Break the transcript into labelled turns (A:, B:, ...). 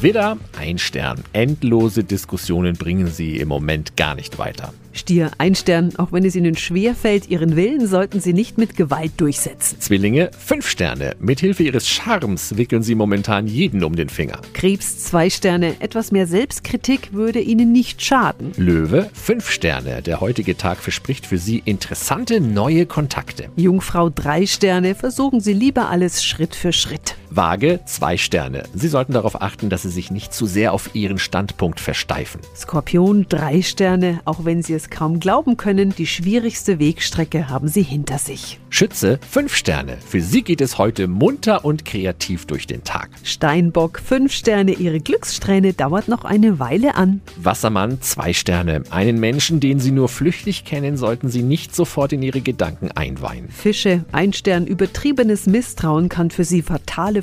A: Widder, ein Stern. Endlose Diskussionen bringen Sie im Moment gar nicht weiter.
B: Stier, ein Stern, auch wenn es Ihnen schwer fällt, Ihren Willen sollten Sie nicht mit Gewalt durchsetzen.
A: Zwillinge, fünf Sterne. Mithilfe Ihres Charmes wickeln Sie momentan jeden um den Finger.
B: Krebs, zwei Sterne, etwas mehr Selbstkritik würde Ihnen nicht schaden.
A: Löwe, fünf Sterne. Der heutige Tag verspricht für Sie interessante neue Kontakte.
B: Jungfrau, drei Sterne, versuchen Sie lieber alles Schritt für Schritt.
A: Waage, zwei Sterne. Sie sollten darauf achten, dass Sie sich nicht zu sehr auf Ihren Standpunkt versteifen.
B: Skorpion, drei Sterne, auch wenn Sie es kaum glauben können, die schwierigste Wegstrecke haben Sie hinter sich.
A: Schütze, fünf Sterne. Für Sie geht es heute munter und kreativ durch den Tag.
B: Steinbock, fünf Sterne, Ihre Glückssträhne dauert noch eine Weile an.
A: Wassermann, zwei Sterne. Einen Menschen, den Sie nur flüchtig kennen, sollten Sie nicht sofort in Ihre Gedanken einweihen.
B: Fische, ein Stern, übertriebenes Misstrauen kann für Sie fatale